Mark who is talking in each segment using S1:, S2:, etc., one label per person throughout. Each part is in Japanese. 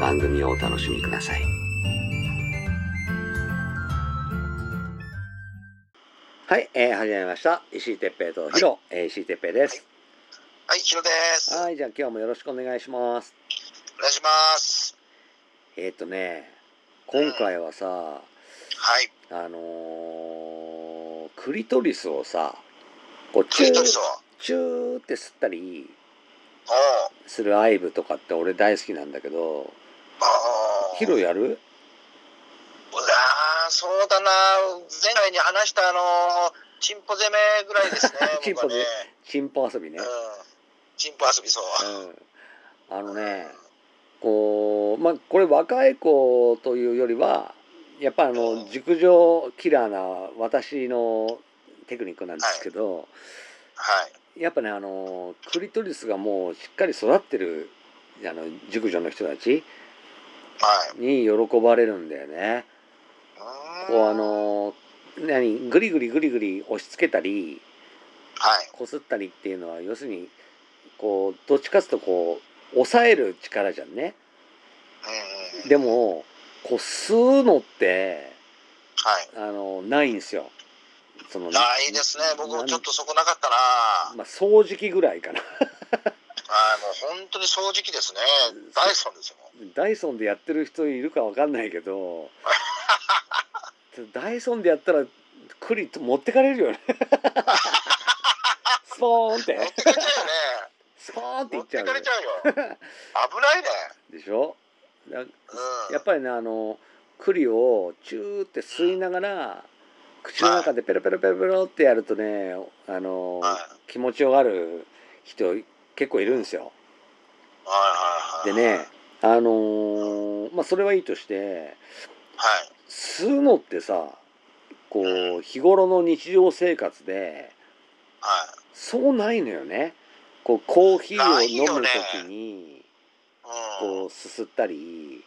S1: 番組をお楽しみください。はい、えー、始まりました。石井哲平とヒロ、えー石井哲平です。
S2: はい、ヒロです。お願
S1: はい、じゃあ今日もよろしくお願いします。
S2: いします。
S1: えっ、とね、今回はさ、
S2: はい、
S1: あのークリトリスをさ、こうチ
S2: ク
S1: ュ
S2: リ
S1: ー
S2: トリスを。
S1: チューって吸ったり
S2: おおう。
S1: するアイブとかって俺大好きなんだけど、
S2: おう
S1: ヒロやる？
S2: うわー、そうだな。前回に話したあのー、チンポ攻めぐらいです
S1: 。
S2: ね
S1: チンポ攻
S2: 僕
S1: め
S2: はね。
S1: チンポ遊びね
S2: うん。。チンポ遊びそう。
S1: うん。あのね、こうまあこれ若い子というよりは、やっぱあ
S2: う
S1: の
S2: ん
S1: 熟女キラーな私のテクニックなんですけど、
S2: はい。
S1: やっぱねあのクリトリスがもうしっかり育ってるあの熟女の人たち
S2: はい。
S1: に喜ばれるんだよね。
S2: うーん
S1: こうあ。の何グリグリグリグリ押し付けたり
S2: はい。
S1: こすったりっていうのは要するにこうどっちかっていうとこう抑える力じゃんね。
S2: うんうん。
S1: で。もこう吸うのって
S2: はい。
S1: あのないんですよ。その
S2: ないですね。僕もちょっとそこなかったな。
S1: まあ掃除機ぐらいかな。
S2: はい、もう本当に掃除機ですね。ダイソンですよ。
S1: ダイソンでやってる人いるかわかんないけ どダイソンでやったら栗持ってかれるよね スポーンって
S2: 持ってかれちゃうよね。
S1: スポーンってい
S2: 持
S1: っ
S2: っ
S1: ちゃ
S2: て
S1: う
S2: か
S1: よね
S2: れちゃうよ。危ないね。
S1: でしょだ
S2: うん。
S1: やっぱりねあの栗をチューって吸いながら口の中でペロペロペロペロってやるとねあの
S2: はい。
S1: 気持ちよがる人結構いるんですよ。
S2: はいはい
S1: で
S2: はい。
S1: ねあのーまあそれはいいとして
S2: はい。
S1: 吸うのってさこう日頃の日常生活で
S2: はい。
S1: そうないのよねこうコーヒーを
S2: ない
S1: 飲
S2: よ
S1: む
S2: ね
S1: 時に
S2: うん。
S1: こうすすったり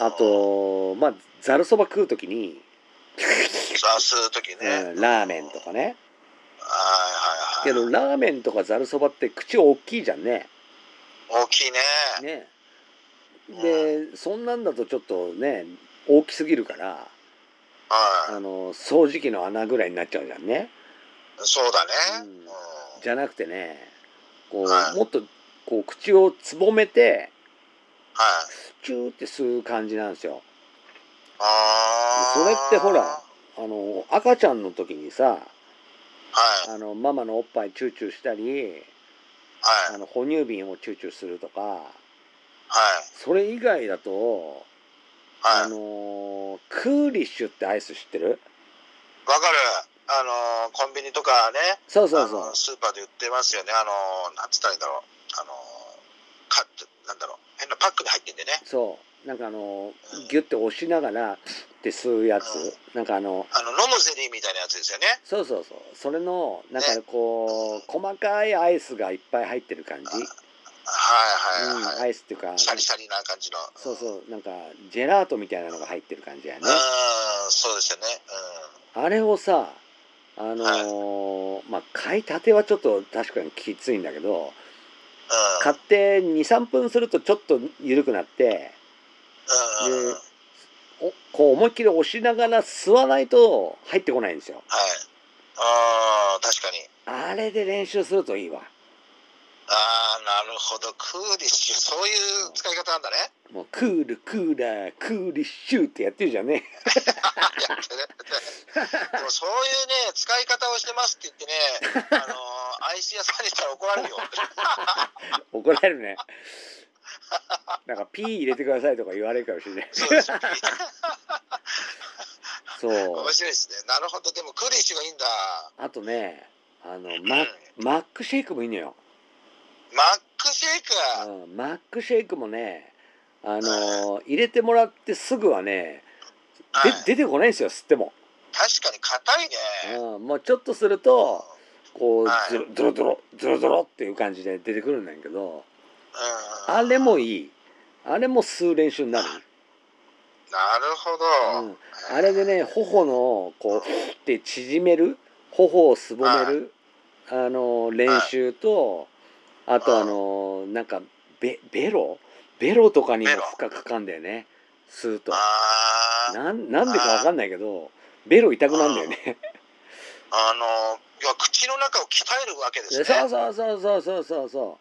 S2: うん
S1: あ。とまあざるそば食う時に、
S2: さあ、吸うときね。
S1: うん、ラーメンと。かね
S2: はいはいはい。
S1: けどラーメンとかざるそばって口大きいじゃんね
S2: 大きいね。
S1: ねでそんなんだとちょっとね大きすぎるから
S2: は
S1: あの掃除機の穴ぐらいになっちゃうじゃんね
S2: い。そうだね
S1: う。ん
S2: うん
S1: じゃなくてねこう、
S2: はい
S1: もっとこう口をつぼめて
S2: はい。
S1: チューって吸う感じなんですよ
S2: あー
S1: それってほら。あの赤ちゃんの時にさ
S2: はい。
S1: あのママのおっぱいチューチューしたり
S2: は
S1: あ
S2: い。
S1: の哺乳瓶をチューチューするとか
S2: はい。
S1: それ以外だと、
S2: は
S1: あ
S2: い。
S1: のクーリッシュってアイス知ってる
S2: わかる。あのー、コンビニとかね。
S1: そうそう
S2: あ
S1: そう
S2: のスーパーで売ってますよね。あのー、なんつったらいいんだろう。あのー、カット、なんだろう。変なパックに入ってんでね。
S1: そうなんかあの
S2: うん
S1: ギュッて押しながらって吸うやつなんかあの
S2: あの、飲むゼリーみたいなやつですよね。
S1: そうそうそうそれのなんか
S2: ね
S1: こう細かいアイスがいっぱい入ってる感じ、
S2: はいは
S1: う
S2: い
S1: ん、
S2: はい。
S1: アイスっていうか
S2: シャリシャリな感じの。
S1: そうそうなんかジェラートみたいなのが入ってる感じやね
S2: うん、そうですよね。
S1: あれをさあのーまあ買いたてはちょっと確かにきついんだけど
S2: うん。
S1: 買って23分するとちょっと緩くなって
S2: うん。うん。うん。はい。
S1: おこう思いっきり押しながら吸わないと入ってこないんですよ
S2: ああ、確かに。
S1: あれで練習するといいわ
S2: ああ、なるほど、クーリッシュ、そういう使い方なんだね。
S1: もうクールクーラークーリッシュってやってるじゃんね
S2: やってねでもそういうね、使い方をしてますって 言ってね、あのー、アイス屋さんにしたら怒られるよ。
S1: 怒られるねなんかピー入れてくださいとか言われるかもしれない
S2: そうですよ。
S1: そう
S2: 面白いですね。なるほど、でもクーリッシュがいいんだ。
S1: あとねあの
S2: うん
S1: ママックシェイクもいいのよ、
S2: マックシェイク。
S1: うん、マックシェイクもねあの入れてもらってすぐはね
S2: はい
S1: で出てこないんですよ吸っても、
S2: 確かに硬いね。
S1: うん、もうちょっとするとこう
S2: はい
S1: ズロドロドロドロドロっていう感じで出てくるんだけど
S2: うん
S1: あれもいいあれも吸う練習になる、
S2: なるほ
S1: う
S2: ど。
S1: ん、あれでね頬のこうって縮める頬をすぼめるあの練習とあとあのなんかベベロベロとかにも
S2: ベロ
S1: 負荷かかんだよね吸うと
S2: あー
S1: なんなんでかわかんないけどベロ痛くなんだよね
S2: あのいや口の中を鍛えるわけです
S1: そ
S2: ね。
S1: うそうそうそうそうそうそ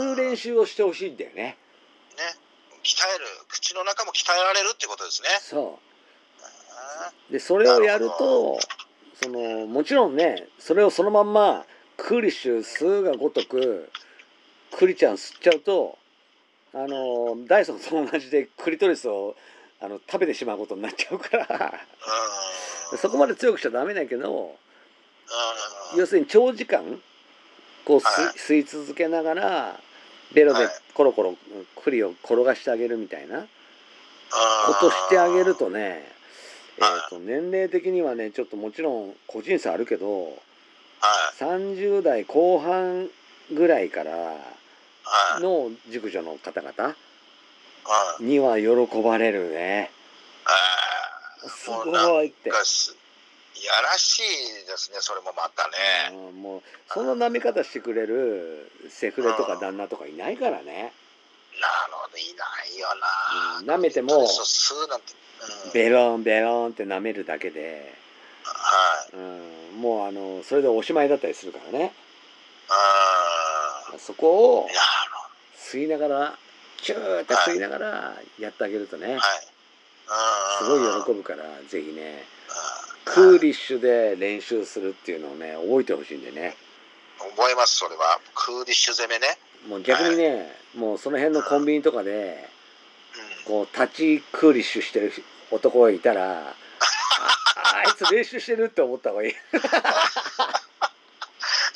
S1: う吸う練習をしてほしいんだよね
S2: ね鍛える口の中も鍛えられるってことですね。
S1: そ
S2: あー
S1: うでそれをやる
S2: なる
S1: と
S2: ほ
S1: そのもちろんねそれをそのまんまクーリッシュすがごとくクリちゃん吸っちゃうとあのダイソンと同じでクリトリスをあの食べてしまうことになっちゃうから
S2: うん
S1: そこまで強くしちゃダメだけど
S2: うん
S1: 要するに長時間こう吸
S2: はい
S1: 吸い続けながらベロで
S2: はい
S1: コロコロクリを転がしてあげるみたいなことしてあげるとねえ
S2: はい
S1: ーと年齢的にはねちょっともちろん個人差あるけど
S2: はい
S1: 30代後半ぐらいから
S2: はい
S1: の熟女の方々
S2: はい
S1: には喜ばれるね
S2: あ
S1: す
S2: もう
S1: ごいって
S2: ーがすやらしいですねそれもまたね
S1: うんもうその舐め方してくれるセフレとか旦那とかいないからね
S2: なるほどいないよ
S1: うん
S2: な
S1: 舐めても
S2: そう吸うなんて、うん、
S1: ベロンベロンって舐めるだけで、
S2: はい
S1: うん、もうあのそれでおしまいだったりするからね
S2: あ
S1: そこを
S2: ーなるほ
S1: 吸いながらチューって吸いながらやってあげるとね
S2: どはい
S1: す
S2: う
S1: ご
S2: ん
S1: い喜ぶからぜひね
S2: うん
S1: クーリッシュで練習するっていうのをね覚えてほしいんでね
S2: 覚えますそれはクーリッシュ攻めね、
S1: もう逆にねもうその辺のコンビニとかで
S2: うん、
S1: こう立ちクーリッシュしてる男がいた らああいつ練習してるって思った方がいい
S2: でも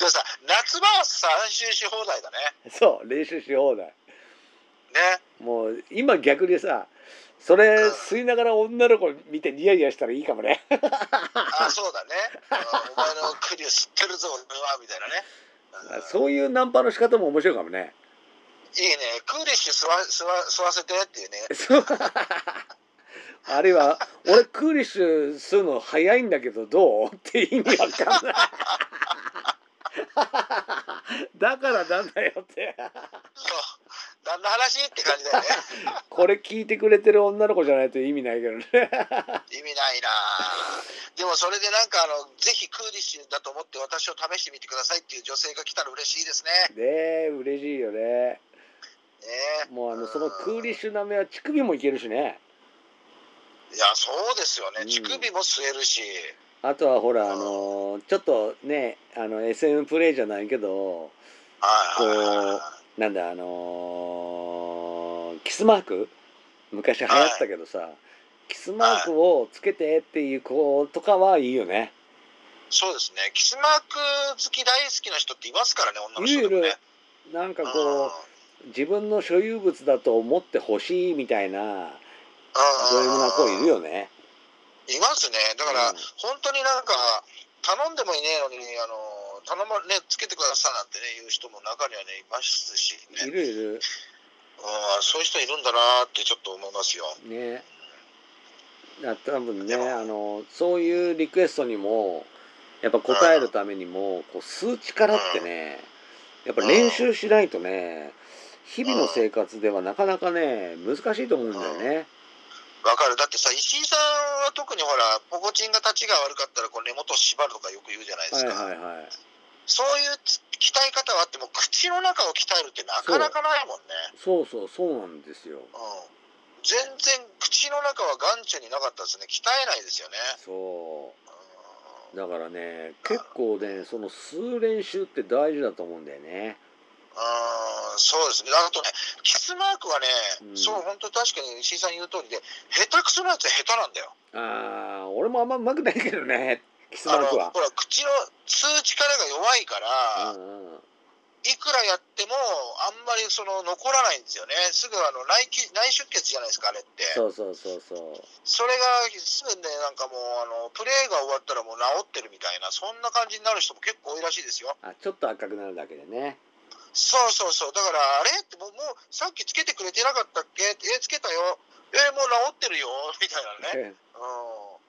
S2: さ夏場は三周し放題だね
S1: そう練習し放題
S2: ね
S1: もう今逆にさそれ
S2: うん
S1: 吸いながら女の子見てニヤニヤしたらいいかも ね
S2: あそうだね、うんお前のクリを吸ってるぞ俺はみたいなね、うん
S1: そういうナンパの仕方も面白いかもね
S2: いいねクーリッシュ吸わ吸わ吸わせてっていうね
S1: そう あるいは「俺クーリッシュするの早いんだけどどう?」って意味わかんない だからなんだよって
S2: そう何の話って感じだよね
S1: これ聞いてくれてる女の子じゃないと意味ないけどね
S2: 意味ないなでもそれでなんかあのぜひクーリッシュだと思って私を試してみてくださいっていう女性が来たら嬉しいですね
S1: ねえ嬉しいよね
S2: ね
S1: もうあのそのクーリッ
S2: ュ
S1: シュなめは乳首もいけるしね
S2: いやそうですよ
S1: う
S2: ね
S1: ん
S2: 乳首も吸えるし、
S1: あとはほらあのちょっとねあの SM プレイじゃないけど
S2: はいはいはいはい
S1: なんだあのーキスマーク昔流行ったけどさ、キスマークをつけてっていう子とかはいいよね。
S2: そうですねキスマーク好き大好きな人っていますからね女の人でもね
S1: なんか
S2: うん
S1: こう自分の所有物だと思ってほしいみたいなド M な子いるよね。
S2: いますねだから、
S1: うん
S2: 本当になんか頼んでもいねえのにあの頼まねつけてくださいなんてね言う人も中にはねいますし
S1: い
S2: ね
S1: るいる
S2: うんそういう人いるんだなってちょっと思いますよ
S1: ね。だ多分ね
S2: でも
S1: あのそういうリクエストにもやっぱ答えるためにもこう吸う力ってねやっぱ練習しないとね日々の生活ではなかなかね難しいと思うんだよね。
S2: わかるだってさ石井さんは特にほらポコチンが立ちが悪かったらこう根元を縛るとかよく言うじゃないで
S1: はい
S2: す
S1: は
S2: か、
S1: いはい。
S2: そういうつ鍛え方はあっても口の中を鍛えるってなかなかないもんね、
S1: そうそうそうなんですよ
S2: うん、全然口の中は眼中になかったですね鍛えないですよね、
S1: そ
S2: うん
S1: うだからね結構ねその吸う練習って大事だと思うんだよね
S2: うんそうですね。あとね、キスマークはね、
S1: うん
S2: そう、本当確かに石井さん言う通りで、下手くそなやつは下手なんだよ。
S1: ああ俺もあんまうまくないけどねキスマー
S2: あ
S1: ク
S2: の
S1: は
S2: ほら、口の吸う力が弱いから、
S1: うんうん
S2: いくらやっても、あんまりその残らないんですよね。すぐあの内気内出血じゃないですか、あれって。
S1: そうそうそうそう
S2: それがすぐね、なんかもう、あのプレーが終わったらもう治ってるみたいな、そんな感じになる人も結構多いらしいですよ。
S1: あちょっと赤くなるだけでね
S2: そうそうそう、だからあれってもう、もうさっきつけてくれてなかったっけえ、つけたよ。えもう治ってるよ。みたいなね。う。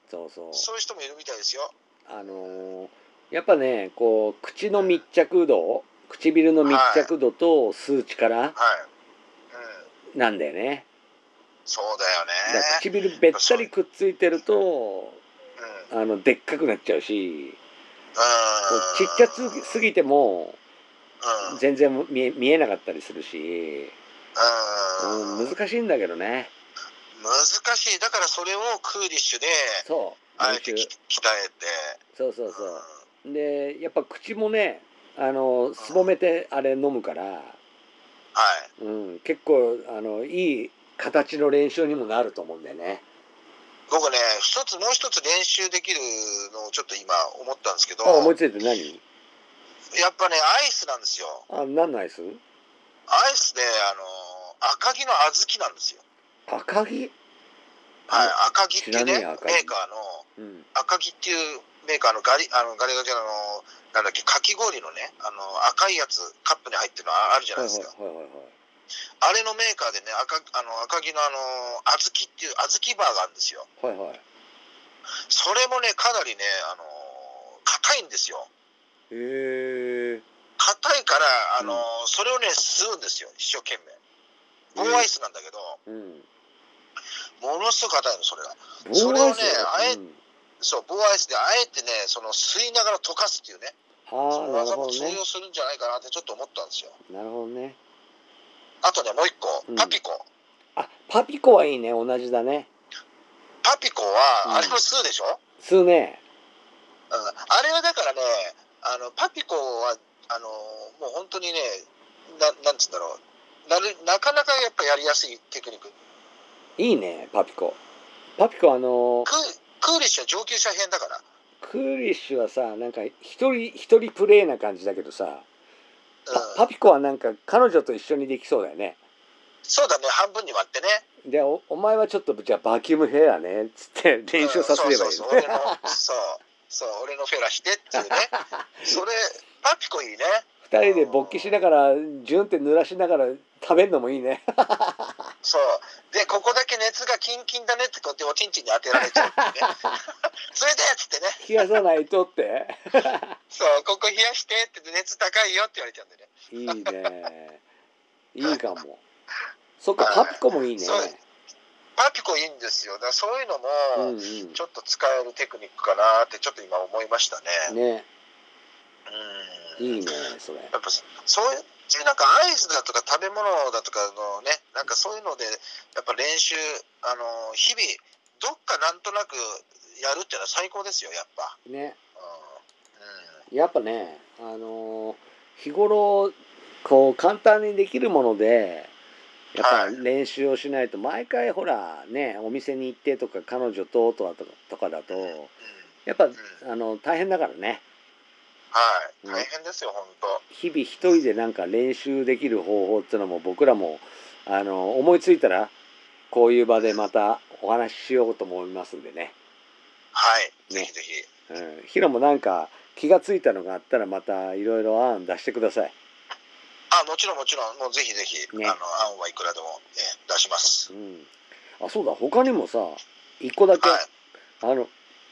S1: そうそうん
S2: そういう人もいるみたいですよ。
S1: あのーやっぱねこう口の密着度唇の密着度と吸う力
S2: はい。うん。
S1: なんだよね、
S2: そうだよ
S1: だから
S2: ね。
S1: 唇べったりくっついてると
S2: うん。うん。
S1: あのでっかくなっちゃうしこうちっちゃすぎすぎても
S2: うん。うん。
S1: 全然見え見えなかったりするし、うん、難しいんだけどね
S2: 難しい。だからそれをクーリッシュで、
S1: そう
S2: あえ
S1: 練
S2: て
S1: 習
S2: き鍛えて。
S1: そうそう
S2: うん。
S1: そうでやっぱ口もねあのすぼめてあれ飲むから、
S2: はい。
S1: うん、結構あのいい形の練習にもなると思うんだよね
S2: 僕ね、一つ、もう一つ練習できるのをちょっと今思ったんですけど、
S1: あ思いついて何
S2: やっぱね、アイスなんですよ。
S1: あ何のアイス
S2: アイスで、あのー赤城の小豆なんですよ。
S1: 赤城
S2: はい
S1: あ、
S2: 赤城っていう
S1: 知ら
S2: ね、
S1: ねえ
S2: メ
S1: よ
S2: ー
S1: 赤城
S2: カーの、
S1: うん
S2: 赤城っていうメーカーのガリ、あの、ガリガリの、あのなんだっけ、かき氷のね、あの、赤いやつ、カップに入ってるのああるじゃ
S1: は
S2: ないい
S1: はい
S2: ですか。
S1: はいはいはい
S2: あれのメーカーでね、赤、あの、赤城のあのー、小豆っていう、小豆バーがあるんですよ。
S1: はいはい
S2: それもね、かなりね、あのー、硬いんですよ。
S1: へえ
S2: 硬いから、あのー
S1: う
S2: それをね、吸うんですよ、一生懸命。棒アイスなんだけど、
S1: うん
S2: ものすごく硬いの、それが。
S1: 棒アイス
S2: そ
S1: う
S2: れをねあえ
S1: ん、
S2: そう、棒アイスであえてね、その吸いながら溶かすっていうね、そ
S1: ああなる
S2: の技
S1: ほ
S2: も
S1: ど
S2: 通
S1: ね
S2: 用するんじゃないかなってちょっと思ったんですよ。
S1: なるほどね
S2: あとね、もう一個
S1: うん、
S2: パピコ。
S1: あパピコはいいね同じだね
S2: パピコ
S1: うん
S2: は、あれも吸うでしょ、うん、
S1: 吸うね
S2: あれはだからね、あの、パピコは、あの、もう本当にね、ななんつうんだろう。なるなかなかやっぱやりやすいテクニック。
S1: いいねパピコパピコあの
S2: ククーリッシュは上級者編だから。
S1: クーリッシュはさなんか一人一人プレイな感じだけどさパ
S2: うん、
S1: パピコはなんか彼女と一緒にできそうだよね
S2: そうだね、半分に割ってね。
S1: でおお前はちょっとじゃあバキュームヘアねっつって練習させればいい
S2: うんそう
S1: よ
S2: そう
S1: ね
S2: そう俺のそう、そう、俺のフェラしてっ ていうね。それ、パピコいいね。
S1: 二人で勃起しながらジュンって濡らしながら食べるのもいいね
S2: そう。で、ここだけ熱がキンキンだねってこうやっておちんちんに当てられちゃうっていうね。 それでっつってね。
S1: 冷やさないとって
S2: そう、ここ冷やしてって熱高いよって言われちゃうんでね。
S1: いいねいいかもそっかパピコもいいね
S2: そうパピコいいんですよ。だからそういうの
S1: うん
S2: も、ちょっと使えるテクニックかなってちょっと今思いました
S1: うん
S2: ね。
S1: ね
S2: うん。
S1: いいねそれ
S2: やっぱそそういう、そういうなんかアイスだとか食べ物だとかのね、なんかそういうので、やっぱ練習、あの、日々、どっかなんとなくやるっていうのは最高ですよ、やっぱ。
S1: ね
S2: うん。うん
S1: やっぱねあのー日頃こう簡単にできるものでやっぱ
S2: はい
S1: 練習をしないと毎回ほらねお店に行ってとか彼女ととかとかだと
S2: うん
S1: やっぱ
S2: うん
S1: あの大変だからね
S2: はい、
S1: うん
S2: 大変ですよ、本当。
S1: 日々一人でなんか練習できる方法っていうのも僕らもあの思いついたらこういう場でまたお話ししようと思いますんでね、
S2: はい、
S1: ね
S2: ぜひぜひ。
S1: うん、ヒロもなんか気がついたのがあったらまたいろいろ案出してください。
S2: あ、もちろんもちろん、もうぜひぜひ、
S1: ね
S2: あの、案はいくらでも、ええ出します
S1: う。ん、あそうだ他にもさ一個だけ、
S2: はい。
S1: あの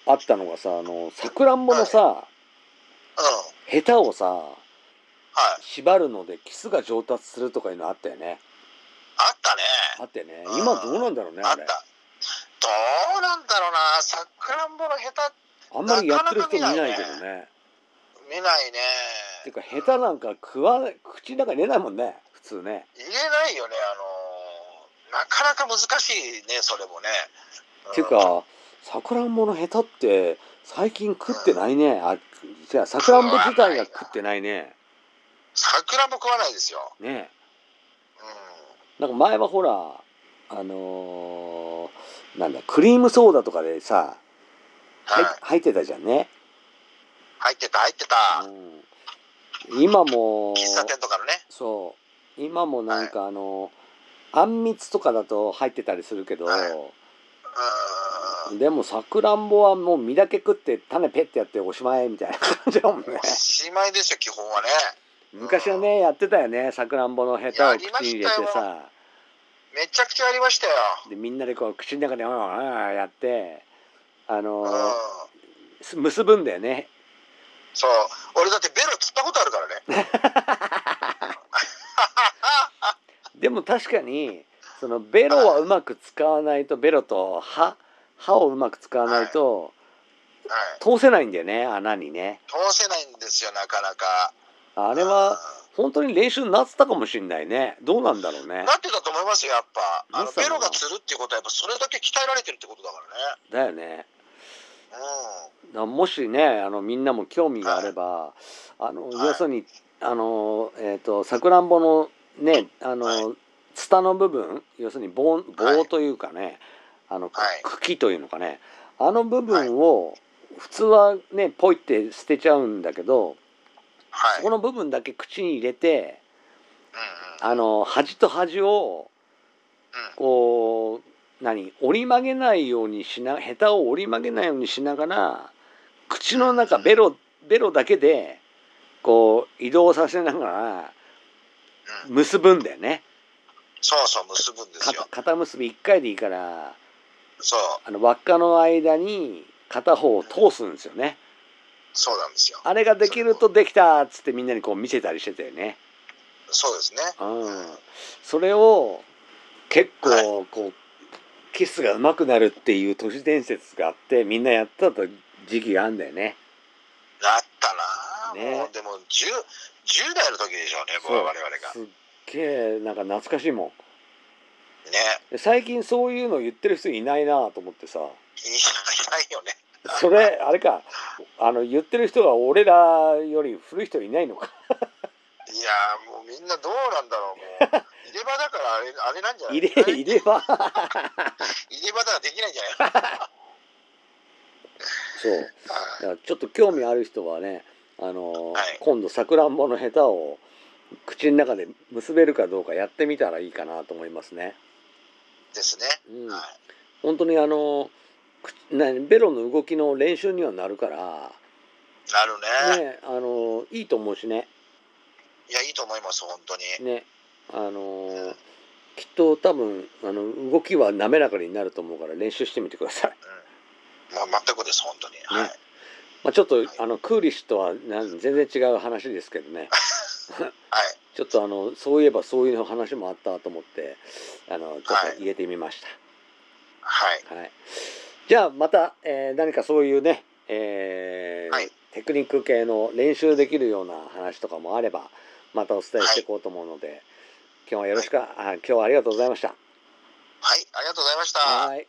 S1: あったのがさあのさくらんぼのさ
S2: うん。
S1: ヘタをさ
S2: はい。
S1: 縛るのでキスが上達するとかいうのあったよね
S2: あったね。
S1: あったよね
S2: うん
S1: 今どうなんだろうね
S2: あ
S1: あ
S2: った。
S1: れ
S2: どうなんだろうな、さくらんぼの下手、
S1: あんまりやってる人見ないけどね
S2: 見ないね。
S1: ていうか下手なんか食わない口の中に入れないもんね普通ね
S2: 入れないよね、あのーなかなか難しいね、それもね。ん
S1: っていう、かさくらんぼのヘタって最近食ってないねあじゃあさくらんぼ自体が食ってないね
S2: 桜も食わないですよ。
S1: ね
S2: うん、
S1: なんか前はほらあのーなんだクリームソーダとかでさ
S2: はい
S1: 入、入ってたじゃんね、
S2: 入ってた、入ってた、
S1: うん、今も
S2: 喫茶店とかのね。
S1: そう今もなんかあの、あんみつとかだと入ってたりするけど、
S2: はうん、
S1: でもさくらんぼはもう実だけ食って種ペッてやっておしまいみたいな感じだもん ね
S2: おしまいですよ、基本はね。
S1: 昔はねやってたよねさくらんぼのヘタを口に入れて
S2: やりました
S1: さ
S2: めちゃくちゃありましたよ。
S1: でみんなでこう口の中で「うんうん」やってあの
S2: うん、
S1: ーす結ぶんだよね
S2: そう、俺だってベロ釣ったことあ るからね。
S1: でも確かにそのベロはうまく使わないとベロと歯歯をうまく使わないと
S2: は
S1: 通
S2: い、
S1: せないんだよね穴にね
S2: 通せないんですよ、なかなか。
S1: あ
S2: あ
S1: れは本当に練習になってたかもしんないねどうなんだろうね
S2: なってたと思いますよ、やっぱ。あ
S1: な
S2: の
S1: って
S2: ベ
S1: たの
S2: ロ
S1: かな
S2: がつるっていうことは、やっぱそれだけ鍛えられてるってことだから
S1: だよね
S2: ね。
S1: だからもしねあのみんなも興味があればあの
S2: はい
S1: 要するにあのえっ、とさくらんぼのねあ
S2: は
S1: のツタの部分要するに棒
S2: は
S1: 棒
S2: い
S1: というかねあの
S2: はい
S1: 茎というのかねあの部分を普通はねポイって捨てちゃうんだけど
S2: うん。はい。
S1: そこの部分だけ口に入れて
S2: うんうん
S1: あの端と端を
S2: うん
S1: こう何折り曲げないようにしなヘタを折り曲げないようにしながら口の中ベロベロだけでこう移動させながら
S2: うん
S1: 結ぶんだよね
S2: そうそう、結ぶんです
S1: 片
S2: よ。
S1: 片結び1回でいいから
S2: そう、
S1: あの輪っかの間に片方を通すんですよね
S2: そうなんですよ。
S1: あれができるとできたっつってみんなにこう見せたりしてたよね
S2: そうですね。
S1: うんそれを結構こうキスが上手くなるっていう都市伝説があってみんなやってた時期があんだよね
S2: なったなあ、
S1: ね
S2: もうでも 10, 10代の時でしょうね、僕は我々が。
S1: すっげえなんか懐かしいもん
S2: ね。
S1: で最近そういうの言ってる人いないなと思ってさ
S2: いないよね。
S1: それあれかあの言ってる人が俺らより古い人いないの か
S2: いやーもうみんなどうなんだろう、も う。入れ歯だからあれあれなんじゃない
S1: 入れ入れば
S2: 入れ歯だからできないんじゃない
S1: そうだからちょっと興味ある人はね、あのー
S2: はい
S1: 今度さくらんぼのヘタを口の中で結べるかどうかやってみたらいいかなと思いますね。
S2: ですね。
S1: うん、
S2: はい
S1: 本当にあの口なベロの動きの練習にはなるから、
S2: なるね
S1: ねあのーいいと思うしね
S2: いや、いいと思います、本当に。
S1: ね、あのーきっと多分あの動きは滑らかになると思うから練習してみてください。
S2: うん。まあ、全くです、本当に。はい。
S1: まあ、ちょっとあのクーリッシュとはな全然違う話ですけどね。
S2: はい。
S1: ちょっとあのそういえばそういう話もあったと思ってあのちょっ
S2: は
S1: と
S2: い
S1: 入れてみまし
S2: はい。
S1: た。はいじゃあまた、えー何かそういうね、えー
S2: はい
S1: テクニック系の練習できるような話とかもあればまたお伝えしていこうと思うので、今日はよろしく、あ今日はありがとうございました。
S2: はい、ありがとうございました。
S1: はい